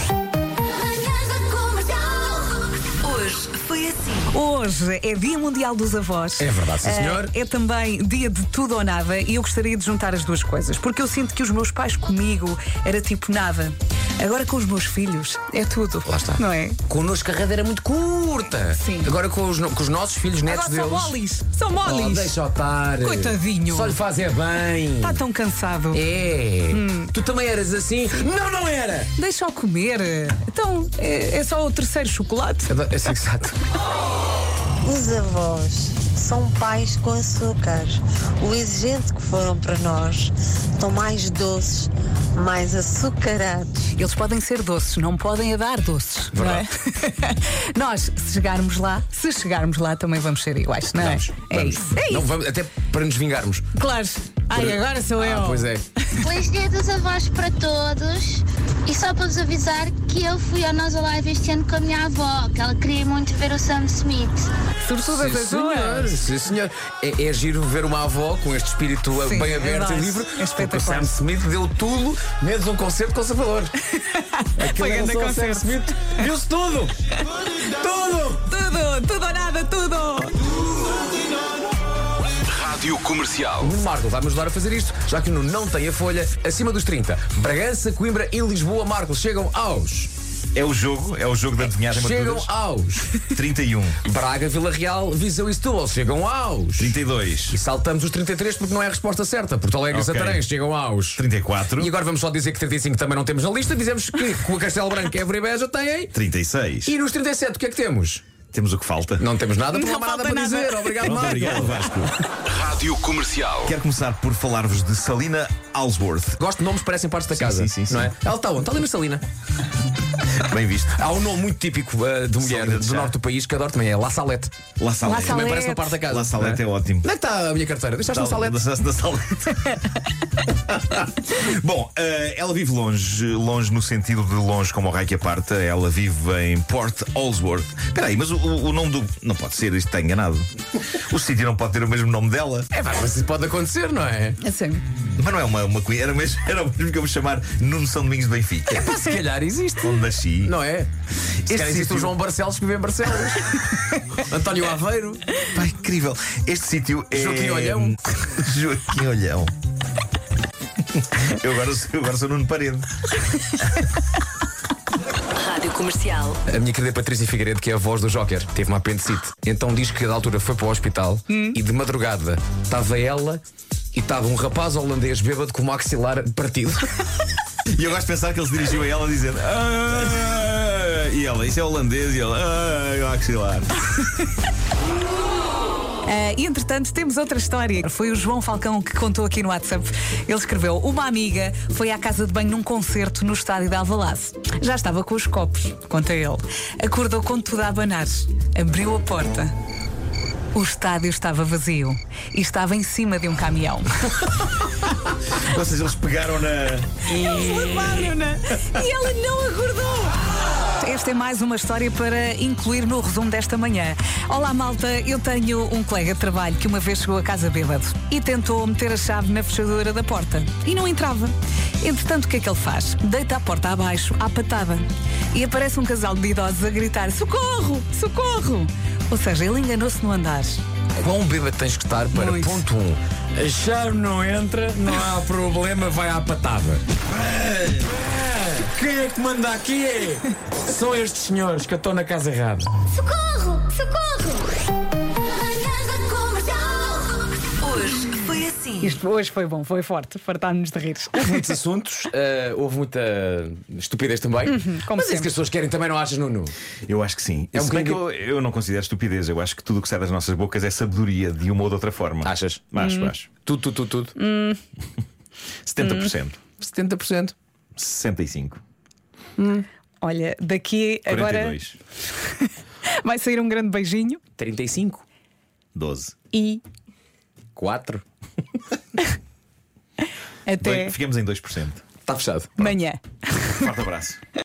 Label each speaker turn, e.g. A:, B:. A: assim.
B: Hoje é Dia Mundial dos Avós.
C: É verdade, sim,
B: Ah,
C: senhor.
B: É também dia de tudo ou nada e eu gostaria de juntar as duas coisas, porque eu sinto que os meus pais comigo era tipo nada. Agora com os meus filhos é tudo.
C: Lá está.
B: Não é?
C: Connosco a rede era muito curta.
B: Sim.
C: Agora com os, no- com os nossos filhos, netos
B: Agora são
C: deles.
B: molis. São
C: Oh,
B: molis.
C: deixa estar.
B: Coitadinho. Tá.
C: Só lhe faz é bem.
B: Está tão cansado.
C: É.
B: Hum.
C: Tu também eras assim? Não, não era.
B: Deixa-o comer. Então, é, é só o terceiro chocolate?
C: É sim, exato.
D: Os avós são pais com açúcar. O exigente que foram para nós estão mais doces, mais açucarados.
B: Eles podem ser doces, não podem a dar doces. Não é? Nós, se chegarmos lá, se chegarmos lá, também vamos ser iguais, não é?
C: Vamos,
B: é
C: vamos.
B: isso. É
C: Não,
B: isso.
C: vamos, até para nos vingarmos.
B: Claro. Ai,
C: Para-
B: agora sou
C: Ah,
B: eu.
C: pois é.
E: Feliz Dia dos Avós para todos. E só para vos avisar que eu fui ao Nós Live este ano com a minha avó, que ela queria muito ver o Sam Smith.
B: Sobretudo
C: Sim,
B: as
C: senhor.
B: duas.
C: Sim, senhor. É, é giro ver uma avó com este espírito
B: Sim,
C: bem
B: é
C: aberto e
B: verdade.
C: livre.
B: É
C: porque o
B: espetacular.
C: Sam Smith deu tudo, menos um concerto conservador. Aquilo era
B: grande
C: só o Sam
B: concerto.
C: Smith. Viu-se tudo. tudo.
B: Tudo, tudo ou nada, tudo.
F: Rádio Comercial.
C: Nuno Marco vai-me ajudar a fazer isto, já que o Nuno não tem a folha acima dos 30. Bragança, Coimbra e Lisboa, Marco, chegam aos.
G: É o jogo, é o jogo da adivinhagem mas
C: Chegam
G: todas.
C: aos.
G: 31,
C: Braga, Vila Real, Viseu e Setúbal, chegam aos.
G: 32,
C: E saltamos os 33 porque não é a resposta certa. Porto Alegre
G: Ok.
C: e Santarém chegam aos.
G: 34,
C: E agora vamos só dizer que 35 também não temos na lista. Dizemos que com a Castelo Branco e Évora e Beja têm.
G: 36.
C: E nos 37, o que é que temos?
G: Temos o que falta.
C: Não temos nada, porque
B: Não
C: não, há nada
B: falta
C: para
B: nada.
C: dizer. Obrigado,
G: Pronto,
C: Marco.
G: obrigado, Vasco.
F: Rádio Comercial.
G: Quero começar por falar-vos de Salina Alsworth.
C: Gosto de nomes que parecem partes da
G: Sim,
C: casa.
G: sim, sim,
C: não
G: sim.
C: é? Ela está onde? Está ali na Salina.
G: Bem visto.
C: Há um nome muito típico uh, de mulher
G: Salina de
C: do
G: chá.
C: norte do país que adoro também. É La Salete.
G: La
B: La
G: Salete.
B: Salete.
C: Também parece uma parte da casa.
G: La Salete
C: não
G: é ótimo.
C: Onde é que está a minha carteira? Deixaste um La Salete?
G: Da, da Salete. Bom, eh, ela vive longe, longe no sentido de longe como o raio que aparta. Ela vive em Port Allsworth. Espera aí, mas o, o nome do. Não pode ser, isto está enganado. O sítio não pode ter o mesmo nome dela.
C: É, vai, mas isso pode acontecer, não é?
B: Assim,
G: Mas não é uma, uma coisa, era mesmo, era o mesmo que eu me chamar Nuno São Domingos de Benfica. É
C: Pá, se calhar existe.
G: Onde nasci.
C: Não é? Se
G: Este
C: calhar existe
G: sítio-
C: o João Barcelos que vive em Barcelos. António Aveiro.
G: Pá, incrível. Este sítio é.
C: Joaquim Olhão.
G: Joaquim Olhão. Eu agora, sou- eu agora sou Nuno Parede.
A: Rádio Comercial.
C: A minha querida Patrícia Figueiredo, que é a voz do Joker, teve uma apendicite. Então diz que da altura foi para o hospital e de madrugada estava ela e estava um rapaz holandês bêbado com o maxilar partido.
G: E eu gosto de pensar que ele se dirigiu a ela dizendo. "Ah", E ela, isso é holandês, e ela, ah, eu axilar.
B: ah, e, entretanto, temos outra história. Foi o João Falcão que contou aqui no WhatsApp. Ele escreveu: Uma amiga foi à casa de banho num concerto no estádio de Alvalade. Já estava com os copos, conta ele. Acordou com tudo a abanar. Abriu a porta. O estádio estava vazio e estava em cima de um caminhão.
G: Ou seja, eles pegaram na.
B: Eles levaram-na e ela não acordou. Esta é mais uma história para incluir no resumo desta manhã. Olá, malta. Eu tenho um colega de trabalho que uma vez chegou a casa bêbado e tentou meter a chave na fechadura da porta e não entrava. Entretanto, o que é que ele faz? Deita a porta abaixo, à patada. E aparece um casal de idosos a gritar: Socorro! Socorro! Ou seja, ele enganou-se no andar.
C: Quão É um bêbado tens que estar para
B: Muito.
C: ponto 1? Um, a chave não entra, não há problema, vai à patada. Quem é que manda aqui? São estes senhores que eu estou na casa errada.
E: Socorro! Socorro!
A: Hoje foi assim.
B: Isto hoje foi bom, foi forte. Fartámos de rir.
C: Muitos assuntos, eh, houve muita estupidez também.
B: como
C: Mas é isso que
B: sempre.
C: as pessoas querem também, não achas, Nuno?
G: Eu acho que sim.
C: É um
G: Se bem que eu, eu não considero estupidez. Eu acho que tudo o que sai das nossas bocas é sabedoria de uma ou de outra forma.
C: Achas? Hum.
G: Acho, acho.
C: Tudo, tudo, tudo, tudo.
G: 70%.
C: 70%.
G: 65.
B: Olha, daqui agora
G: 42.
B: vai sair um grande beijinho
C: 35%.
G: 12.
B: e
C: 4%.
B: até
G: Dois- Ficamos em 2%.
C: Está fechado.
B: manhã.
G: Forte abraço.